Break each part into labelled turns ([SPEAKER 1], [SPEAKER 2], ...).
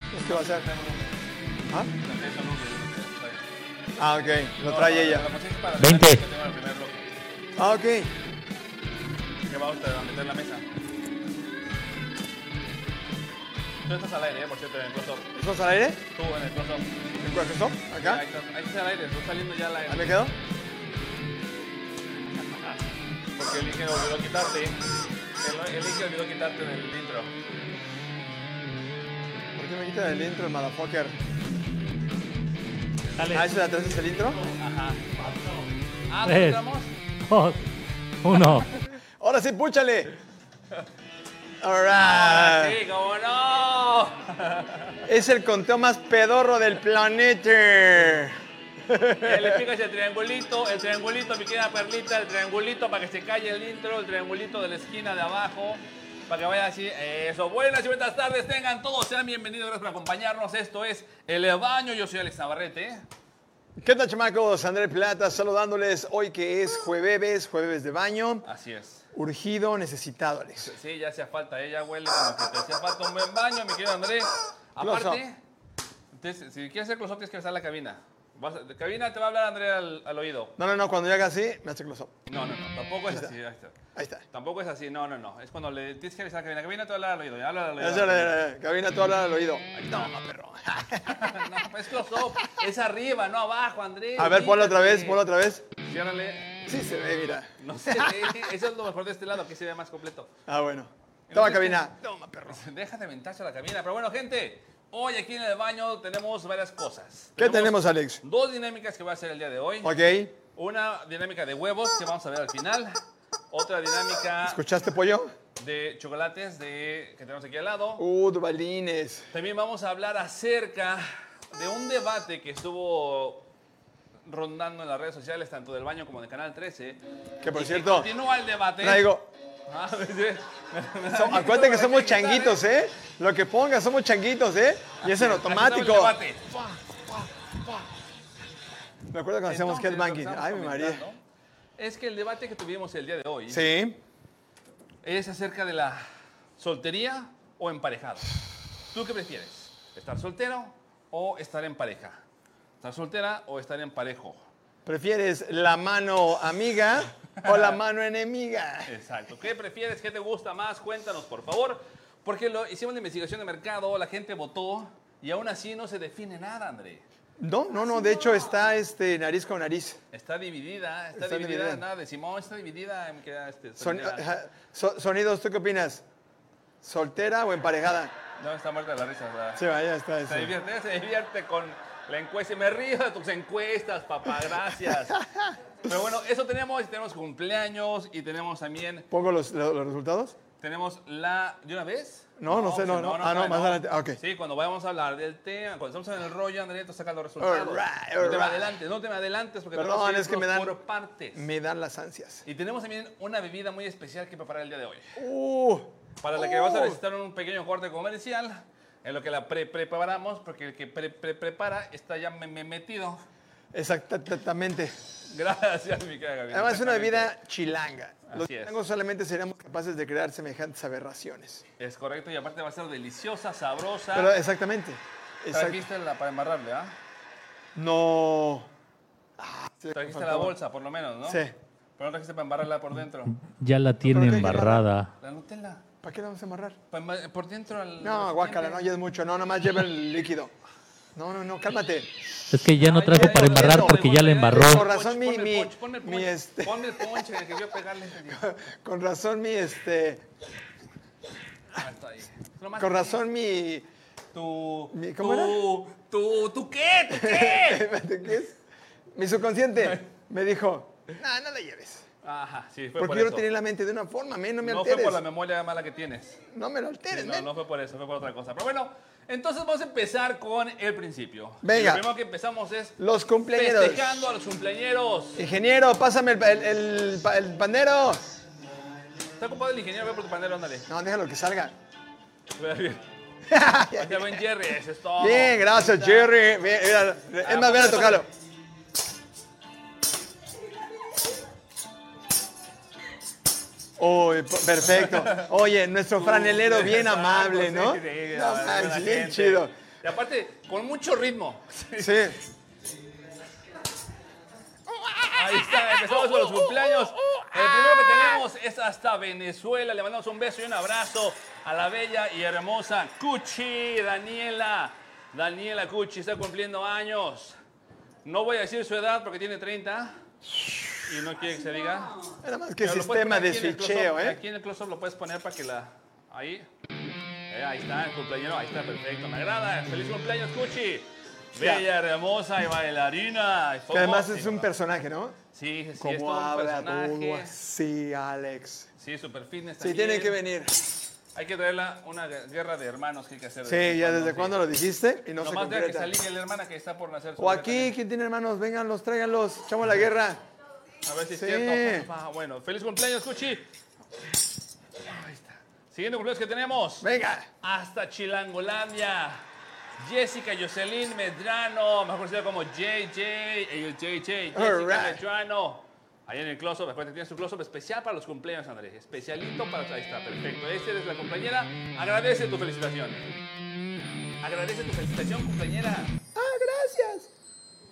[SPEAKER 1] ¿Qué va a hacer? ¿Ah? Ah, ok, lo trae ella.
[SPEAKER 2] 20.
[SPEAKER 1] Ah, ok.
[SPEAKER 3] Que va usted a meter la mesa. Tú estás al aire, eh, por cierto, en el close-up.
[SPEAKER 1] ¿Estás al aire?
[SPEAKER 3] Tú en el close-up.
[SPEAKER 1] ¿En cuál gesto?
[SPEAKER 3] Ahí
[SPEAKER 1] ¿Acá?
[SPEAKER 3] estás, ahí estás al aire, tú saliendo ya al aire.
[SPEAKER 1] ¿Ahí me quedo?
[SPEAKER 3] Porque el Inge olvidó quitarte. El, el Inge olvidó quitarte del intro.
[SPEAKER 1] ¿Por qué me quitan el intro, el motherfucker?
[SPEAKER 2] Dale.
[SPEAKER 1] Ah, ¿eso de atrás es el intro?
[SPEAKER 3] Ah, ¿no
[SPEAKER 2] Tres.
[SPEAKER 3] entramos?
[SPEAKER 2] Dos, uno.
[SPEAKER 1] ¡Ahora sí, púchale!
[SPEAKER 3] Ah,
[SPEAKER 1] Alright.
[SPEAKER 3] sí, cómo no.
[SPEAKER 1] Es el conteo más pedorro del planeta.
[SPEAKER 3] Eh, Le picas el triangulito, el triangulito, mi querida perlita, el triangulito para que se calle el intro, el triangulito de la esquina de abajo, para que vaya así. Eso, buenas y buenas tardes, tengan todos, sean bienvenidos, gracias por acompañarnos. Esto es El Baño, yo soy Alex Navarrete.
[SPEAKER 1] ¿Qué tal, chamacos? André Plata saludándoles hoy que es jueves, jueves de baño.
[SPEAKER 3] Así es.
[SPEAKER 1] Urgido, necesitado, Alex.
[SPEAKER 3] Sí, ya hacía falta, ella huele como que te hacía falta un buen baño, mi querido Andrés. Aparte, entonces, si quieres hacer close-up, tienes que besar la cabina. Vas a- de cabina te va a hablar André al, al oído.
[SPEAKER 1] No, no, no, cuando yo haga así, me hace close up.
[SPEAKER 3] No, no, no, tampoco es así. ahí está.
[SPEAKER 1] Ahí está.
[SPEAKER 3] Tampoco es así, no, no, no. Es cuando le tienes que avisar que viene, que viene te va a hablar al oído. Ya habla al oído.
[SPEAKER 1] Eso, eh, eh, Cabina, tú hablas al oído.
[SPEAKER 3] Toma, perro. no, es close up. Es arriba, no abajo, Andrés.
[SPEAKER 1] A ver, ponlo otra vez,
[SPEAKER 3] Fíjate.
[SPEAKER 1] ponlo otra vez.
[SPEAKER 3] Ciérrale.
[SPEAKER 1] Sí se ve, mira.
[SPEAKER 3] No sé, sí, eso es lo mejor de este lado, aquí se ve más completo.
[SPEAKER 1] Ah, bueno. Toma, cabina.
[SPEAKER 3] Toma, perro. Deja de ventaja la cabina. Pero bueno, gente, hoy aquí en el baño tenemos varias cosas.
[SPEAKER 1] ¿Qué tenemos, Alex?
[SPEAKER 3] Dos dinámicas que voy a hacer el día de hoy.
[SPEAKER 1] Ok.
[SPEAKER 3] Una dinámica de huevos que vamos a ver al final. Otra dinámica
[SPEAKER 1] ¿Escuchaste, pollo?
[SPEAKER 3] de chocolates de, que tenemos aquí al lado.
[SPEAKER 1] Uh, Dubalines.
[SPEAKER 3] También vamos a hablar acerca de un debate que estuvo rondando en las redes sociales, tanto del baño como de Canal 13.
[SPEAKER 1] Que, por
[SPEAKER 3] Y
[SPEAKER 1] cierto,
[SPEAKER 3] Continúa el debate.
[SPEAKER 1] Traigo.
[SPEAKER 3] Ah, sí.
[SPEAKER 1] So- acuérdate que somos changuitos, ¿eh? Lo que ponga, somos changuitos, ¿eh? Y es en
[SPEAKER 3] Aquí
[SPEAKER 1] automático.
[SPEAKER 3] estaba el debate.
[SPEAKER 1] Me acuerdo cuando hacíamos
[SPEAKER 3] Entonces,
[SPEAKER 1] headbanging.
[SPEAKER 3] lo que
[SPEAKER 1] Ay, mi
[SPEAKER 3] estamos
[SPEAKER 1] María.
[SPEAKER 3] comentando Es que el debate que tuvimos el día de hoy
[SPEAKER 1] Sí.
[SPEAKER 3] es acerca de la soltería o emparejado. ¿Tú qué prefieres? ¿Estar soltero o estar en pareja? ¿Estar soltera o estar en parejo?
[SPEAKER 1] ¿Prefieres la mano amiga o la mano enemiga?
[SPEAKER 3] Exacto. ¿Qué prefieres? ¿Qué te gusta más? Cuéntanos, por favor. Porque lo, hicimos la investigación de mercado, la gente votó y aún así no se define nada, André.
[SPEAKER 1] No, no, no. De hecho, está este nariz con nariz.
[SPEAKER 3] Está dividida, está,
[SPEAKER 1] Está
[SPEAKER 3] dividida,
[SPEAKER 1] dividida.
[SPEAKER 3] nada de Simón, está dividida. me queda, este,
[SPEAKER 1] Son-
[SPEAKER 3] soltera.
[SPEAKER 1] ajá. So- sonidos, ¿tú qué opinas? ¿Soltera o emparejada?
[SPEAKER 3] No, está muerta de la risa. ¿verdad?
[SPEAKER 1] Sí, vaya, está eso.
[SPEAKER 3] Se divierte, se divierte con la encuesta. Y me río de tus encuestas, papá, gracias. Pero bueno, eso tenemos, y tenemos cumpleaños y tenemos también,
[SPEAKER 1] ¿Pongo los, lo- los resultados?
[SPEAKER 3] tenemos la... ¿De una vez?
[SPEAKER 1] No, no sé,
[SPEAKER 3] pues,
[SPEAKER 1] no, no. Ah, no,
[SPEAKER 3] todavía
[SPEAKER 1] más adelante. Ah, ok.
[SPEAKER 3] Sí, cuando vayamos a hablar del tema, cuando estamos en el rollo, Andrea, tú sacas los resultados.
[SPEAKER 1] All right,
[SPEAKER 3] no
[SPEAKER 1] all
[SPEAKER 3] te me
[SPEAKER 1] right.
[SPEAKER 3] adelantes, no te me adelantes porque
[SPEAKER 1] Perdón,
[SPEAKER 3] tenemos que
[SPEAKER 1] es que me
[SPEAKER 3] irnos
[SPEAKER 1] dan-
[SPEAKER 3] por partes.
[SPEAKER 1] Me dan las ansias.
[SPEAKER 3] Y tenemos también una bebida muy especial que preparar el día de hoy.
[SPEAKER 1] Uh,
[SPEAKER 3] Para la que vas a
[SPEAKER 1] uh.
[SPEAKER 3] necesitar un pequeño corte comercial, en lo que la pre preparamos, porque el que pre pre- prepara está ya me me- metido.
[SPEAKER 1] Exactamente.
[SPEAKER 3] Gracias, mi querida Gaby.
[SPEAKER 1] Además, es una bebida chilanga. Los
[SPEAKER 3] Así es.
[SPEAKER 1] chilangos solamente seríamos capaces de crear semejantes aberraciones.
[SPEAKER 3] Es correcto, y aparte va a ser deliciosa, sabrosa.
[SPEAKER 1] Pero exactamente. Exact-
[SPEAKER 3] Trajiste la Ah. para embarrarle, ¿ah?
[SPEAKER 1] No. Sí,
[SPEAKER 3] Trajiste la
[SPEAKER 1] faltaba.
[SPEAKER 3] bolsa, por lo menos, ¿no?
[SPEAKER 1] Sí.
[SPEAKER 3] Pero no trajiste para embarrarla por dentro.
[SPEAKER 2] Ya la tiene
[SPEAKER 1] Pero que-
[SPEAKER 2] embarrada.
[SPEAKER 3] La Nutella.
[SPEAKER 1] ¿Para qué la vamos a amarrar?
[SPEAKER 3] Pa' embar- Por dentro al.
[SPEAKER 1] No, guácala, no, ya es mucho. No, nada más lleva el líquido. No, no, no, cálmate.
[SPEAKER 2] Es que ya no trajo para embarrar porque ya la
[SPEAKER 1] Por
[SPEAKER 2] embarró.
[SPEAKER 1] razón, mi- mi-
[SPEAKER 3] Ponme el
[SPEAKER 1] mi
[SPEAKER 3] ponche,
[SPEAKER 1] este-
[SPEAKER 3] ponme el ponche, el que vio pegarle.
[SPEAKER 1] Con razón mi, este...
[SPEAKER 3] Ah, está ahí. Nomás
[SPEAKER 1] Con
[SPEAKER 3] así.
[SPEAKER 1] razón mi...
[SPEAKER 3] Tu.
[SPEAKER 1] Mi- ¿cómo
[SPEAKER 3] tu, tu, tu qué? ¿Tu qué?
[SPEAKER 1] Espérate, ¿Qué es? Mi subconsciente me dijo, no, no la lleves.
[SPEAKER 3] Ajá, sí, fue por
[SPEAKER 1] Porque yo lo
[SPEAKER 3] eso.
[SPEAKER 1] tenía en la mente de una forma, men, no me
[SPEAKER 3] no fue
[SPEAKER 1] alteres.
[SPEAKER 3] por la memoria mala que tienes.
[SPEAKER 1] No me lo alteres,
[SPEAKER 3] Sí, no,
[SPEAKER 1] men.
[SPEAKER 3] no fue por eso, fue por otra cosa. Pero bueno, entonces vamos a empezar con el principio.
[SPEAKER 1] Venga.
[SPEAKER 3] Lo primero que empezamos es
[SPEAKER 1] Los cumpleaños.
[SPEAKER 3] festejando a los cumpleaños.
[SPEAKER 1] Ingeniero, pásame el, el, el pa- el pandero.
[SPEAKER 3] Está ocupado el ingeniero, ve por tu pandero, ándale.
[SPEAKER 1] No, déjalo que salga.
[SPEAKER 3] Ahí te ven Jerry, eso es todo.
[SPEAKER 1] Bien, gracias, Jerry. Bien,
[SPEAKER 3] Ah,
[SPEAKER 1] mira, es más, ven a tocarlo. Oh, perfecto. Oye, nuestro franelero bien amable, ¿no? No
[SPEAKER 3] Sí, sí, sí, la
[SPEAKER 1] manches, bien
[SPEAKER 3] gente.
[SPEAKER 1] chido.
[SPEAKER 3] Y aparte, con mucho ritmo.
[SPEAKER 1] Sí.
[SPEAKER 3] Ahí está, empezamos con
[SPEAKER 1] Uh,
[SPEAKER 3] los cumpleaños. El primero que
[SPEAKER 1] ah.
[SPEAKER 3] tenemos es hasta Venezuela. Le mandamos un beso y un abrazo a la bella y hermosa Cuchi, Daniela. Daniela Cuchi está cumpliendo años. No voy a decir su edad porque tiene 30 y no quiere que se diga.
[SPEAKER 1] Nada más que
[SPEAKER 3] Pero lo puedes
[SPEAKER 1] sistema
[SPEAKER 3] poner
[SPEAKER 1] de
[SPEAKER 3] aquí en el
[SPEAKER 1] ficheo,
[SPEAKER 3] close-up,
[SPEAKER 1] ¿eh?
[SPEAKER 3] Aquí en el close-up lo puedes poner para que la... Ahí. Eh, ahí está, el cumpleañero. Ahí está, perfecto. Me agrada. Feliz cumpleaños, Cuchi. Bella, hermosa y bailarina.
[SPEAKER 1] Que además es
[SPEAKER 3] Sí.
[SPEAKER 1] un personaje, ¿no?
[SPEAKER 3] Sí, sí, es
[SPEAKER 1] Como
[SPEAKER 3] todo un
[SPEAKER 1] habla todo
[SPEAKER 3] personaje.
[SPEAKER 1] así, Alex.
[SPEAKER 3] Sí, super fitness
[SPEAKER 1] Sí,
[SPEAKER 3] también.
[SPEAKER 1] tiene que venir.
[SPEAKER 3] Hay que traerla una gue- guerra de hermanos que hay que hacer.
[SPEAKER 1] Sí, ya desde cuándo lo dijiste y no se
[SPEAKER 3] Nomás deja que se
[SPEAKER 1] concreta.
[SPEAKER 3] alinee la hermana que está por nacer. su
[SPEAKER 1] O
[SPEAKER 3] bebé
[SPEAKER 1] aquí, ¿quién tiene hermanos? Vénganlos, tráiganlos. Chamo la guerra.
[SPEAKER 3] también. A ver si es
[SPEAKER 1] Sí.
[SPEAKER 3] cierto. Porfa. Bueno, feliz cumpleaños, Cuchi. Ahí está. Siguiente cumpleaños que tenemos.
[SPEAKER 1] Venga.
[SPEAKER 3] Hasta Chilangolandia. Jessica Jocelyn Medrano, mejor conocida como JJ. Ellos JJ, Jessica
[SPEAKER 1] All right.
[SPEAKER 3] Medrano. Ahí en el close-up, acuérdate, tienes un close-up especial para los cumpleaños, Andrés. Especialito para... Ahí está, perfecto. Esta eres la compañera. Agradece tu felicitación. Agradece tu felicitación, compañera.
[SPEAKER 1] Ah, gracias.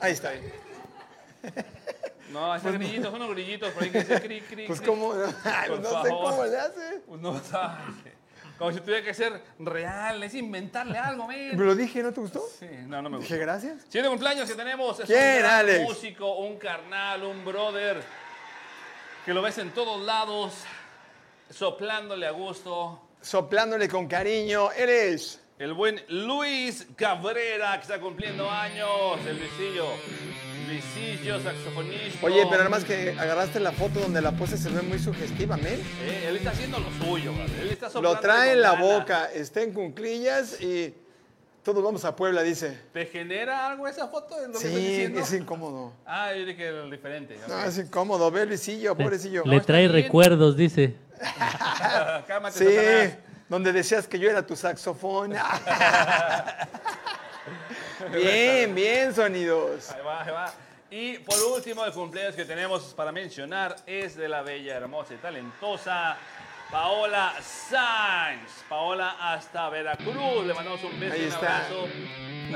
[SPEAKER 1] Ahí está.
[SPEAKER 3] No, esos grillitos, son unos grillitos, por ahí que dice cri, cri,
[SPEAKER 1] Pues
[SPEAKER 3] cri.
[SPEAKER 1] cómo, Ay,
[SPEAKER 3] Por
[SPEAKER 1] no sé
[SPEAKER 3] favor.
[SPEAKER 1] cómo le hace.
[SPEAKER 3] Pues no, ay, como si tuviera que ser real, es inventarle algo,
[SPEAKER 1] ¿Me
[SPEAKER 3] men.
[SPEAKER 1] lo dije? ¿No te gustó?
[SPEAKER 3] Sí, no, no me gusta.
[SPEAKER 1] Dije gracias.
[SPEAKER 3] Siete cumpleaños que tenemos. Es
[SPEAKER 1] ¿Quién,
[SPEAKER 3] un gran
[SPEAKER 1] Alex?
[SPEAKER 3] músico, un carnal, un brother. Que lo ves en todos lados, soplándole a gusto.
[SPEAKER 1] Soplándole con cariño, eres.
[SPEAKER 3] El buen Luis Cabrera, que está cumpliendo años. El Luisillo. Luisillo, saxofonista.
[SPEAKER 1] Oye, pero nada más que agarraste la foto donde la pose se ve muy sugestiva, men.
[SPEAKER 3] Eh, él está haciendo lo suyo, brother. Él está soplando.
[SPEAKER 1] Lo trae en la
[SPEAKER 3] boca.
[SPEAKER 1] boca, está en cunclillas y todos vamos a Puebla, dice.
[SPEAKER 3] ¿Te genera algo esa foto? ¿Es lo que estás
[SPEAKER 1] Sí, Ah,
[SPEAKER 3] diciendo?
[SPEAKER 1] es incómodo.
[SPEAKER 3] Ah, yo dije que era diferente. ok.
[SPEAKER 1] No, es incómodo. Ve, Luisillo, pobrecillo.
[SPEAKER 2] Le trae
[SPEAKER 3] está bien.
[SPEAKER 2] recuerdos, dice.
[SPEAKER 3] Cálmate,
[SPEAKER 1] Sí,
[SPEAKER 3] Satanás.
[SPEAKER 1] donde decías que yo era tu saxofón. bien, bien, sonidos.
[SPEAKER 3] Ahí va, ahí va. Y por último, el cumpleaños que tenemos para mencionar es de la bella, hermosa y talentosa Paola Sainz. Paola hasta Veracruz. Le mandamos un beso
[SPEAKER 1] Ahí
[SPEAKER 3] y un
[SPEAKER 1] está.
[SPEAKER 3] abrazo.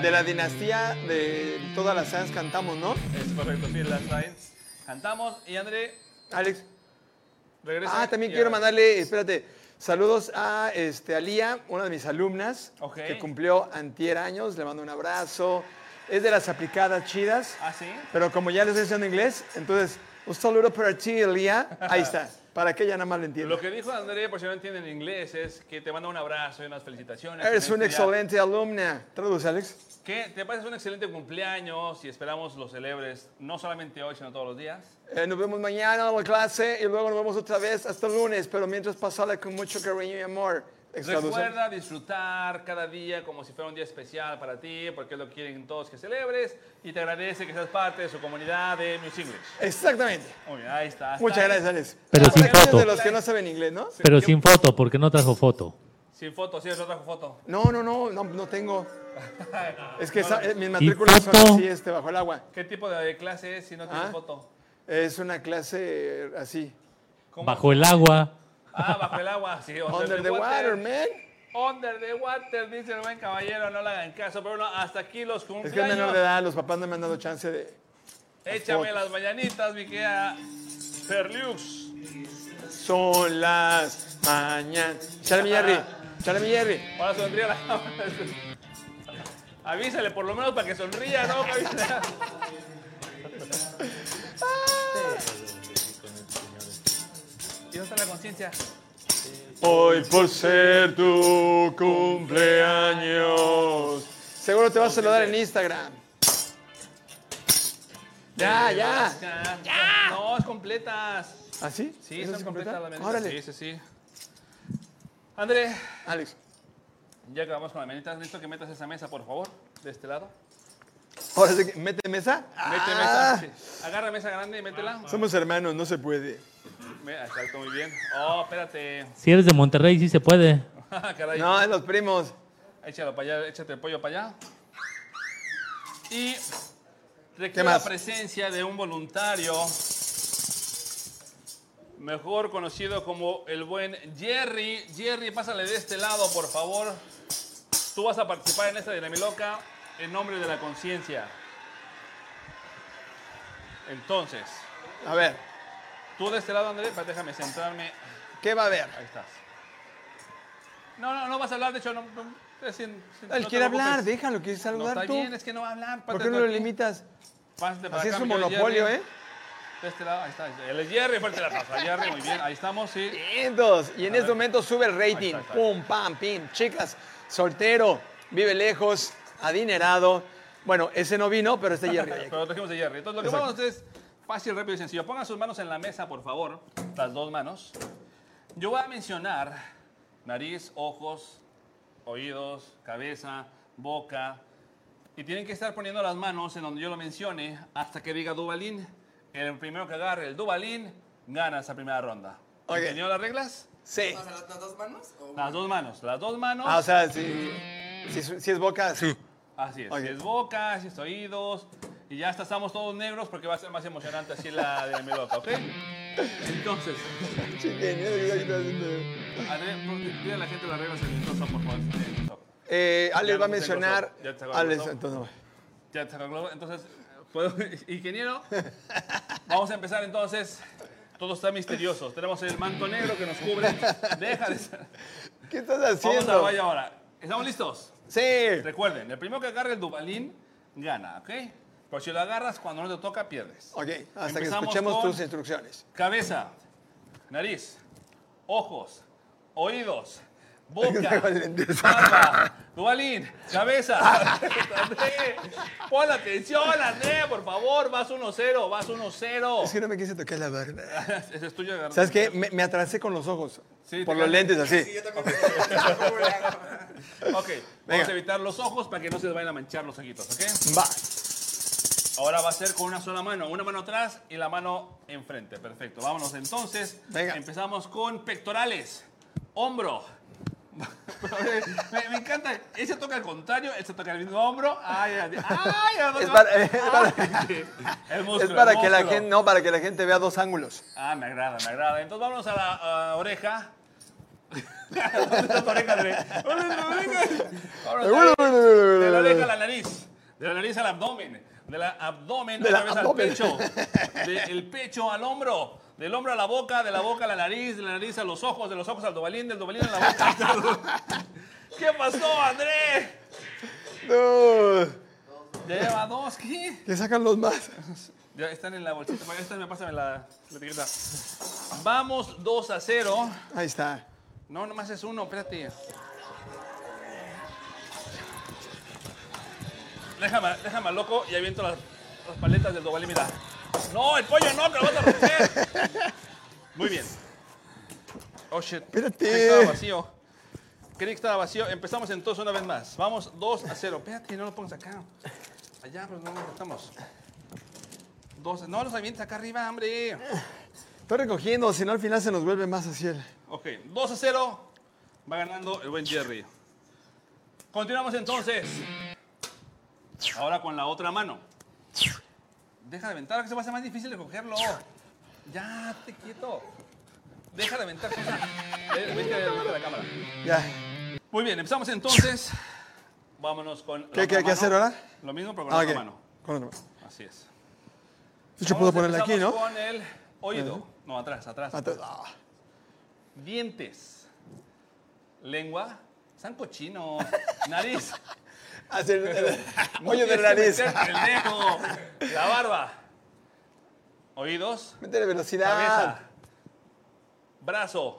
[SPEAKER 1] De la dinastía de todas las Sans cantamos, ¿no?
[SPEAKER 3] Es correcto, sí, la Sainz. Cantamos y André
[SPEAKER 1] Alex.
[SPEAKER 3] regresa.
[SPEAKER 1] Ah, también
[SPEAKER 3] y
[SPEAKER 1] quiero
[SPEAKER 3] ahora-
[SPEAKER 1] mandarle, espérate, saludos a este, a Lía, una de mis alumnas,
[SPEAKER 3] Ok.
[SPEAKER 1] que cumplió antier años. Le mando un abrazo. Es de las aplicadas chidas.
[SPEAKER 3] Ah, sí.
[SPEAKER 1] Pero como ya les estoy diciendo en inglés, entonces, un saludo para ti, Lía. Ahí está, para que ella nada más lo entienda.
[SPEAKER 3] Lo que dijo André, por si no entienden inglés, es que te manda un abrazo y unas felicitaciones.
[SPEAKER 1] Eres
[SPEAKER 3] en
[SPEAKER 1] una
[SPEAKER 3] este día.
[SPEAKER 1] excelente alumna. Traduce, Alex.
[SPEAKER 3] Que te pases un excelente cumpleaños y esperamos los celebres no solamente hoy, sino todos los días.
[SPEAKER 1] Eh, nos vemos mañana en la clase y luego nos vemos otra vez hasta el lunes, pero mientras pasala con mucho cariño y amor. Alex, traduce.
[SPEAKER 3] Recuerda disfrutar cada día como si fuera un día especial para ti, porque es lo que quieren todos que celebres y te agradece que seas parte de su comunidad de Music English.
[SPEAKER 1] Exactamente.
[SPEAKER 3] Muy bien, ahí está. hasta
[SPEAKER 1] Muchas
[SPEAKER 3] ahí.
[SPEAKER 1] gracias, Alex.
[SPEAKER 2] Pero sin
[SPEAKER 1] Cumpleaños
[SPEAKER 2] foto.
[SPEAKER 1] de los que no saben inglés, ¿no?
[SPEAKER 2] Pero sin foto, porque no trajo foto.
[SPEAKER 3] Sin foto, sí, yo trajo foto.
[SPEAKER 1] No, no, no, no, no tengo. Es que esa- eh, mis
[SPEAKER 2] ¿Y
[SPEAKER 1] matrículas son
[SPEAKER 2] foto?
[SPEAKER 1] así, este, bajo el agua.
[SPEAKER 3] ¿Qué tipo de clase es si no tienes
[SPEAKER 1] Ah.
[SPEAKER 3] foto?
[SPEAKER 1] Es una clase eh, así.
[SPEAKER 3] ¿Cómo?
[SPEAKER 2] Bajo el agua.
[SPEAKER 3] Ah, bajo el agua, sí.
[SPEAKER 1] Under the water, man.
[SPEAKER 3] Under the water, dice el buen caballero, no le hagan caso. Pero bueno, hasta aquí los cumpleaños.
[SPEAKER 1] Es que es menor de edad, los papás no me han dado chance de.
[SPEAKER 3] Échame las mañanitas, mi querida Perliux.
[SPEAKER 1] Son las mañanas. Chale mi Jerry. Chale mi Jerry.
[SPEAKER 3] Ahora sonríe la cámara. Avísale por lo menos para que sonría, ¿no? ¿Y dónde está la conciencia?
[SPEAKER 1] Hoy por ser tu cumpleaños. Seguro te vas a saludar en Instagram. Ya, ya.
[SPEAKER 3] ¡Ya! No, es completas.
[SPEAKER 1] ¿Así?
[SPEAKER 3] Sí,
[SPEAKER 1] ¿Eso
[SPEAKER 3] son
[SPEAKER 1] se
[SPEAKER 3] completas las
[SPEAKER 1] completa?
[SPEAKER 3] manitas.
[SPEAKER 1] Órale,
[SPEAKER 3] Sí, sí, sí. André,
[SPEAKER 1] Alex.
[SPEAKER 3] ya acabamos con las manitas. Necesito que metas esa mesa, por favor, de este lado.
[SPEAKER 1] Ahora sí, que- mete mesa.
[SPEAKER 3] Mete
[SPEAKER 1] Ah,
[SPEAKER 3] mesa. sí. Agarra mesa grande y métela.
[SPEAKER 1] Somos hermanos, no se puede.
[SPEAKER 3] Me- Exacto, muy bien. Oh, espérate. Ah,
[SPEAKER 2] Si eres de Monterrey, sí se puede.
[SPEAKER 3] Caray.
[SPEAKER 1] No, es los primos.
[SPEAKER 3] Échalo para allá, échate el pollo para allá. Y
[SPEAKER 1] ¿Qué
[SPEAKER 3] requiere la
[SPEAKER 1] más?
[SPEAKER 3] presencia de un voluntario, mejor conocido como el buen Jerry. Jerry, pásale de este lado, por favor. Tú vas a participar en esta dinamiloca en nombre de la conciencia. Entonces,
[SPEAKER 1] A ver,
[SPEAKER 3] tú de este lado, Andrés, espérate, déjame centrarme.
[SPEAKER 1] ¿qué va a haber?
[SPEAKER 3] Ahí estás. No, no, no vas a hablar, de hecho, no. no, es sin- sin- no
[SPEAKER 1] Él
[SPEAKER 3] te
[SPEAKER 1] quiere
[SPEAKER 3] preocupes.
[SPEAKER 1] hablar, déjalo, quiere
[SPEAKER 3] No
[SPEAKER 1] saludar
[SPEAKER 3] está
[SPEAKER 1] tú.
[SPEAKER 3] bien, es que no va a hablar.
[SPEAKER 1] ¿Por
[SPEAKER 3] pásate
[SPEAKER 1] qué no
[SPEAKER 3] tú
[SPEAKER 1] lo
[SPEAKER 3] aquí.
[SPEAKER 1] limitas?
[SPEAKER 3] Pásate para
[SPEAKER 1] Así
[SPEAKER 3] acá,
[SPEAKER 1] es un
[SPEAKER 3] mi querido
[SPEAKER 1] monopolio,
[SPEAKER 3] Jerry.
[SPEAKER 1] ¿eh?
[SPEAKER 3] De este lado, ahí está. Él es Jerry, fuerte la taza. Jerry, muy bien, ahí estamos, sí.
[SPEAKER 1] Vientos. Y en este momento sube el rating.
[SPEAKER 3] Ahí está, ahí está.
[SPEAKER 1] Pum, pam, pim. Chicas, soltero, vive lejos, adinerado. Bueno, ese no vino, pero este Jerry. hoy aquí.
[SPEAKER 3] Pero trajimos a Jerry. Entonces, lo que
[SPEAKER 1] Exacto.
[SPEAKER 3] vamos a hacer es fácil, rápido y sencillo. Pongan sus manos en la mesa, por favor. Las dos manos. Yo voy a mencionar nariz, ojos, oídos, cabeza, boca. Y tienen que estar poniendo las manos en donde yo lo mencione hasta que diga Dubalín. El primero que agarre el Dubalín gana esa primera ronda.
[SPEAKER 1] Ok.
[SPEAKER 3] ¿Entendió las reglas?
[SPEAKER 1] Sí.
[SPEAKER 4] O sea, las, las dos manos. o-
[SPEAKER 3] Las dos manos. Las dos manos.
[SPEAKER 1] Ah, o sea, si, si, si es boca, sí.
[SPEAKER 3] Así es,
[SPEAKER 1] Ok.
[SPEAKER 3] si es boca, si es oídos. Y ya hasta estamos todos negros porque va a ser más emocionante así la de mi loca, ¿ok? Entonces, André, dile a la gente las reglas en el stop, por favor. en el stop.
[SPEAKER 1] Eh,
[SPEAKER 3] Ya
[SPEAKER 1] Alex va a
[SPEAKER 3] no se
[SPEAKER 1] mencionar.
[SPEAKER 3] acordó, ya se acordó.
[SPEAKER 1] Alex, entonces.
[SPEAKER 3] Ya se arregló, entonces, ¿puedo? Ingeniero, vamos a empezar entonces. Todo está misterioso. Tenemos el manto negro que nos cubre. Deja de ser-
[SPEAKER 1] ¿Qué estás
[SPEAKER 3] Vamos a la
[SPEAKER 1] haciendo?
[SPEAKER 3] valla ahora. ¿Estamos listos?
[SPEAKER 1] Sí.
[SPEAKER 3] Recuerden, el primero que agarre el Dubalín gana, ¿ok? Pero si lo agarras cuando no te toca, pierdes.
[SPEAKER 1] Ok, hasta que
[SPEAKER 3] Empezamos
[SPEAKER 1] escuchemos
[SPEAKER 3] con-
[SPEAKER 1] tus instrucciones.
[SPEAKER 3] Cabeza, nariz, ojos, oídos, boca,
[SPEAKER 1] Con lentes.
[SPEAKER 3] barba, dualín, cabeza. André, pon la atención, André, por favor, vas 1-0, vas
[SPEAKER 1] Es que
[SPEAKER 3] 1-0.
[SPEAKER 1] no me quise tocar la barba.
[SPEAKER 3] Ese es tuyo, agarra.
[SPEAKER 1] ¿Sabes qué? Me, me atrasé con los ojos.
[SPEAKER 3] Sí,
[SPEAKER 1] por
[SPEAKER 3] te
[SPEAKER 1] los
[SPEAKER 3] cae.
[SPEAKER 1] lentes, así.
[SPEAKER 4] Sí, yo también. me- me hago.
[SPEAKER 3] Ok, vamos
[SPEAKER 1] Venga.
[SPEAKER 3] a evitar los ojos para que no se les vayan a manchar los ojitos, ¿ok?
[SPEAKER 1] Va.
[SPEAKER 3] Ahora va a ser con una sola mano, una mano atrás y la mano enfrente. Perfecto, vámonos entonces.
[SPEAKER 1] Venga.
[SPEAKER 3] Empezamos con pectorales, hombro. me, me encanta, ese toca al contrario, ese toca el mismo hombro. Ay, ay, ay, ay,
[SPEAKER 1] Es para- es para-
[SPEAKER 3] ay. El músculo,
[SPEAKER 1] Es para
[SPEAKER 3] el
[SPEAKER 1] que la
[SPEAKER 3] músculo.
[SPEAKER 1] gente, no, para que la gente vea dos ángulos.
[SPEAKER 3] Ah, me agrada, me agrada. Entonces vámonos a la a oreja. ¿Dónde está tu oreja, André? ¿Dónde está tu oreja? Vámonos a la- de la
[SPEAKER 1] Eh.
[SPEAKER 3] oreja a la nariz, de la nariz al abdomen, de la abdomen
[SPEAKER 1] De
[SPEAKER 3] otra
[SPEAKER 1] la
[SPEAKER 3] vez
[SPEAKER 1] abdomen.
[SPEAKER 3] al pecho, del pecho al hombro, del hombro a la boca, de la boca a la nariz, de la nariz a los ojos, de los ojos al dobalín, del dobalín a la boca. ¿Qué pasó, Andrés?
[SPEAKER 1] No,
[SPEAKER 3] Ya lleva dos, ¿qué?
[SPEAKER 1] que sacan los más.
[SPEAKER 3] Ya están en la bolsita, para esta me pásame la, la etiqueta. Vamos 2 a 0.
[SPEAKER 1] Ahí está.
[SPEAKER 3] No, nomás es uno, espérate. Déjame, déjame al loco y aviento las, las paletas del dobalí, mira. No, el pollo no, que lo vas a romper. Muy bien. Oh, shit.
[SPEAKER 1] Espérate.
[SPEAKER 3] Creí que estaba vacío. Creí que estaba vacío. Empezamos entonces una vez más. Vamos 2 a 0. Espérate, no lo pongas acá. Allá, pues no lo estamos. Dos, no los avientes acá arriba, hombre.
[SPEAKER 1] Estoy recogiendo, si no al final se nos vuelve más así el.
[SPEAKER 3] Ok, 2 a 0. Va ganando el buen Jerry. Continuamos entonces. Ahora con la otra mano. Deja de aventar, que se va a hacer más difícil de cogerlo. Ya, te quieto. Deja de aventar cosas. Eh, Vete vete a la cámara.
[SPEAKER 1] Ya.
[SPEAKER 3] Muy bien, empezamos entonces. Vámonos con. la
[SPEAKER 1] ¿Qué-
[SPEAKER 3] otra
[SPEAKER 1] qué hay que
[SPEAKER 3] mano.
[SPEAKER 1] hacer ahora?
[SPEAKER 3] Lo mismo, pero con
[SPEAKER 1] Ah,
[SPEAKER 3] la
[SPEAKER 1] ok.
[SPEAKER 3] otra mano.
[SPEAKER 1] Con otra mano.
[SPEAKER 3] Así es.
[SPEAKER 1] De hecho, puedo
[SPEAKER 3] Vámonos,
[SPEAKER 1] ponerla aquí, ¿no?
[SPEAKER 3] empezamos Con el oído. No, atrás, atrás.
[SPEAKER 1] Atrás. Ah.
[SPEAKER 3] Dientes. Lengua. Están cochinos. Nariz.
[SPEAKER 1] Hace el, el- el hoyo de
[SPEAKER 3] Tienes
[SPEAKER 1] la
[SPEAKER 3] que
[SPEAKER 1] nariz.
[SPEAKER 3] meter el dedo. La barba. Oídos.
[SPEAKER 1] Métele velocidad.
[SPEAKER 3] Cabeza. Brazo.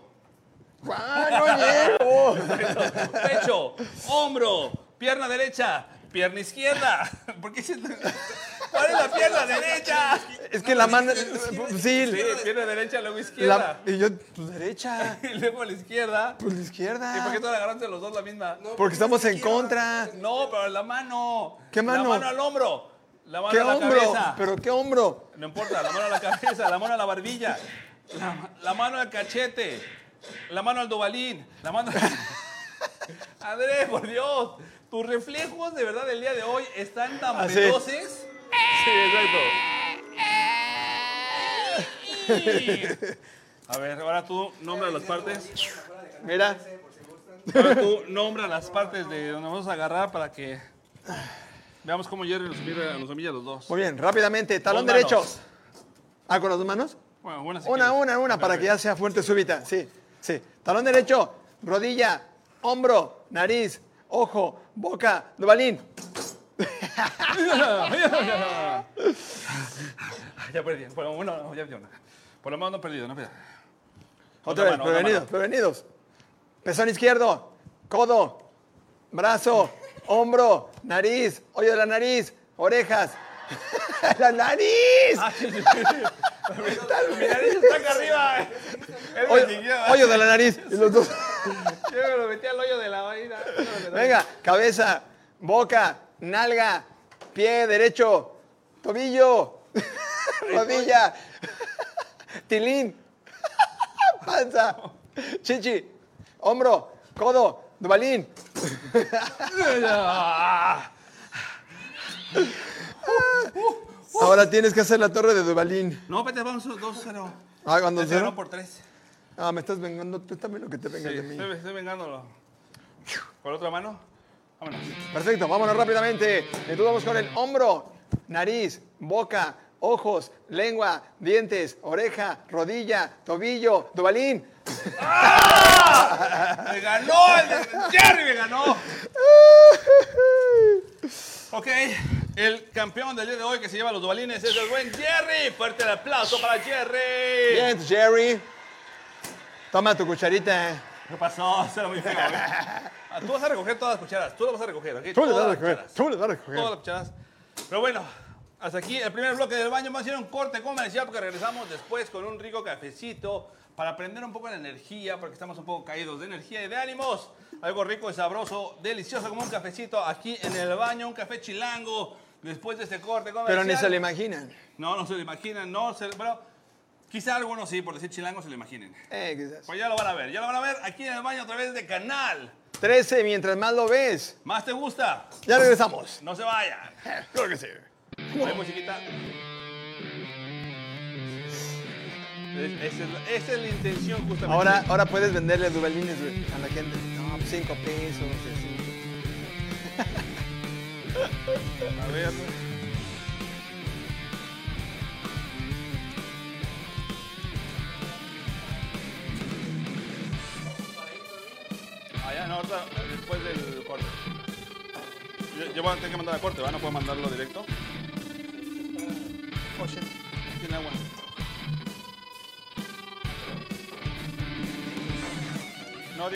[SPEAKER 1] ¡Ah, no llego!
[SPEAKER 3] Pecho. Hombro. Pierna derecha. Pierna izquierda. ¿Por qué se... ¿Cuál es la pierna derecha?
[SPEAKER 1] Es que la mano. Sí,
[SPEAKER 3] Sí, pierna derecha, luego
[SPEAKER 1] la-
[SPEAKER 3] izquierda.
[SPEAKER 1] y yo, tu derecha,
[SPEAKER 3] Y luego la izquierda.
[SPEAKER 1] tu
[SPEAKER 3] ¿Y por qué
[SPEAKER 1] izquierda.
[SPEAKER 3] todos agarraste los dos la misma?
[SPEAKER 4] No,
[SPEAKER 1] Porque estamos en
[SPEAKER 4] quiero-
[SPEAKER 1] contra.
[SPEAKER 3] No, pero la mano.
[SPEAKER 1] ¿Qué mano?
[SPEAKER 3] La mano al hombro. La mano
[SPEAKER 1] ¿Qué
[SPEAKER 3] a la
[SPEAKER 1] hombro?
[SPEAKER 3] cabeza.
[SPEAKER 1] ¿Pero qué hombro?
[SPEAKER 3] No importa, la mano a la cabeza, la mano a la barbilla, la, la mano al cachete, la mano al dobalín, la mano... Andrés, por Dios, tus reflejos de verdad el día de hoy están tan
[SPEAKER 1] Así.
[SPEAKER 3] veloces. Sí, exacto. A ver, ahora tú nombra las partes.
[SPEAKER 1] Mira,
[SPEAKER 3] Ahora tú nombra las partes de donde vamos a agarrar para que veamos cómo Jerry los mira, los humilla a los dos.
[SPEAKER 1] Muy bien, rápidamente, talón
[SPEAKER 3] Dos manos.
[SPEAKER 1] derecho. ¿Ah, con las dos manos?
[SPEAKER 3] Bueno, buenas si
[SPEAKER 1] Una,
[SPEAKER 3] quieres.
[SPEAKER 1] una, una, para que ya sea fuerte súbita. Sí, sí. Talón derecho, rodilla, hombro, nariz, ojo, boca, Dubalín.
[SPEAKER 3] Ya perdí. Por lo menos no, ya perdí una. Por lo menos no he perdido, no he perdido.
[SPEAKER 1] Otra
[SPEAKER 3] Otra
[SPEAKER 1] vez,
[SPEAKER 3] mano, otra
[SPEAKER 1] prevenidos,
[SPEAKER 3] mano.
[SPEAKER 1] prevenidos. Pezón izquierdo, codo, brazo, hombro, nariz, hoyo de la nariz, orejas. ¡La nariz!
[SPEAKER 3] Ah, Mi nariz está acá arriba. eh. Él me
[SPEAKER 1] Hoyo,
[SPEAKER 3] siguió.
[SPEAKER 1] hoyo de la nariz. Y los dos.
[SPEAKER 3] Yo me lo metí al hoyo de la vaina.
[SPEAKER 1] Venga, cabeza, boca, nalga, pie derecho, tobillo, rodilla, tilín, panza, chichi, hombro, codo, dubalín.
[SPEAKER 3] Ah,
[SPEAKER 1] Ahora tienes que hacer la torre de dubalín.
[SPEAKER 3] No, vete, vamos 2-0.
[SPEAKER 1] Ah, cuando
[SPEAKER 3] Te
[SPEAKER 1] cero.
[SPEAKER 3] ganó Este, por 3.
[SPEAKER 1] Ah, me estás vengando, tú también lo que te vengas de mí.
[SPEAKER 3] estoy, estoy vengándolo. ¿Con otra mano? Vámonos.
[SPEAKER 1] Perfecto, vámonos rápidamente. Entonces vamos con el hombro, nariz, boca, ojos, lengua, dientes, oreja, rodilla, tobillo, dubalín.
[SPEAKER 3] ¡Me ganó! el de- ¡Jerry me ganó! Ok, el campeón del día de hoy que se lleva los dubalines es el buen Jerry. Fuerte el aplauso para Jerry.
[SPEAKER 1] Bien, Jerry. Toma tu cucharita. eh.
[SPEAKER 3] ¿Qué pasó? Se lo muy feo, güey. Ah, Tú vas a recoger todas las cucharas. Tú las vas a recoger, ¿ok?
[SPEAKER 1] Tú le das
[SPEAKER 3] Todas
[SPEAKER 1] a
[SPEAKER 3] las
[SPEAKER 1] recoger,
[SPEAKER 3] cucharas.
[SPEAKER 1] tú le das a recoger.
[SPEAKER 3] Todas las cucharas. Pero bueno, hasta aquí el primer bloque del baño. Vamos a hacer un corte comercial porque regresamos después con un rico cafecito para prender un poco la energía porque estamos un poco caídos de energía y de ánimos. Algo rico y sabroso, delicioso como un cafecito aquí en el baño, un café chilango. Después de este corte comercial.
[SPEAKER 1] Pero ni se lo imaginan.
[SPEAKER 3] No, no se lo imaginan, no se... Bueno, quizá algunos sí, por decir chilango se lo imaginen.
[SPEAKER 1] Eh, quizás.
[SPEAKER 3] Pues ya lo van a ver, ya lo van a ver aquí en el baño a través de canal.
[SPEAKER 1] 13, mientras más lo ves.
[SPEAKER 3] ¿Más te gusta?
[SPEAKER 1] Ya regresamos.
[SPEAKER 3] No se vayan.
[SPEAKER 1] Claro que sí.
[SPEAKER 3] Hay musiquita. Es- Esa es, la- esa es la intención justamente.
[SPEAKER 1] Ahora, ahora puedes venderle dubalines güey, a la gente. No, 5 pesos. así.
[SPEAKER 3] A ver. Allá, no, ahorita, eh, después del corte. Yo, yo voy a tener que mandar a corte, ¿va? No puedo mandarlo directo. Oye, tiene agua.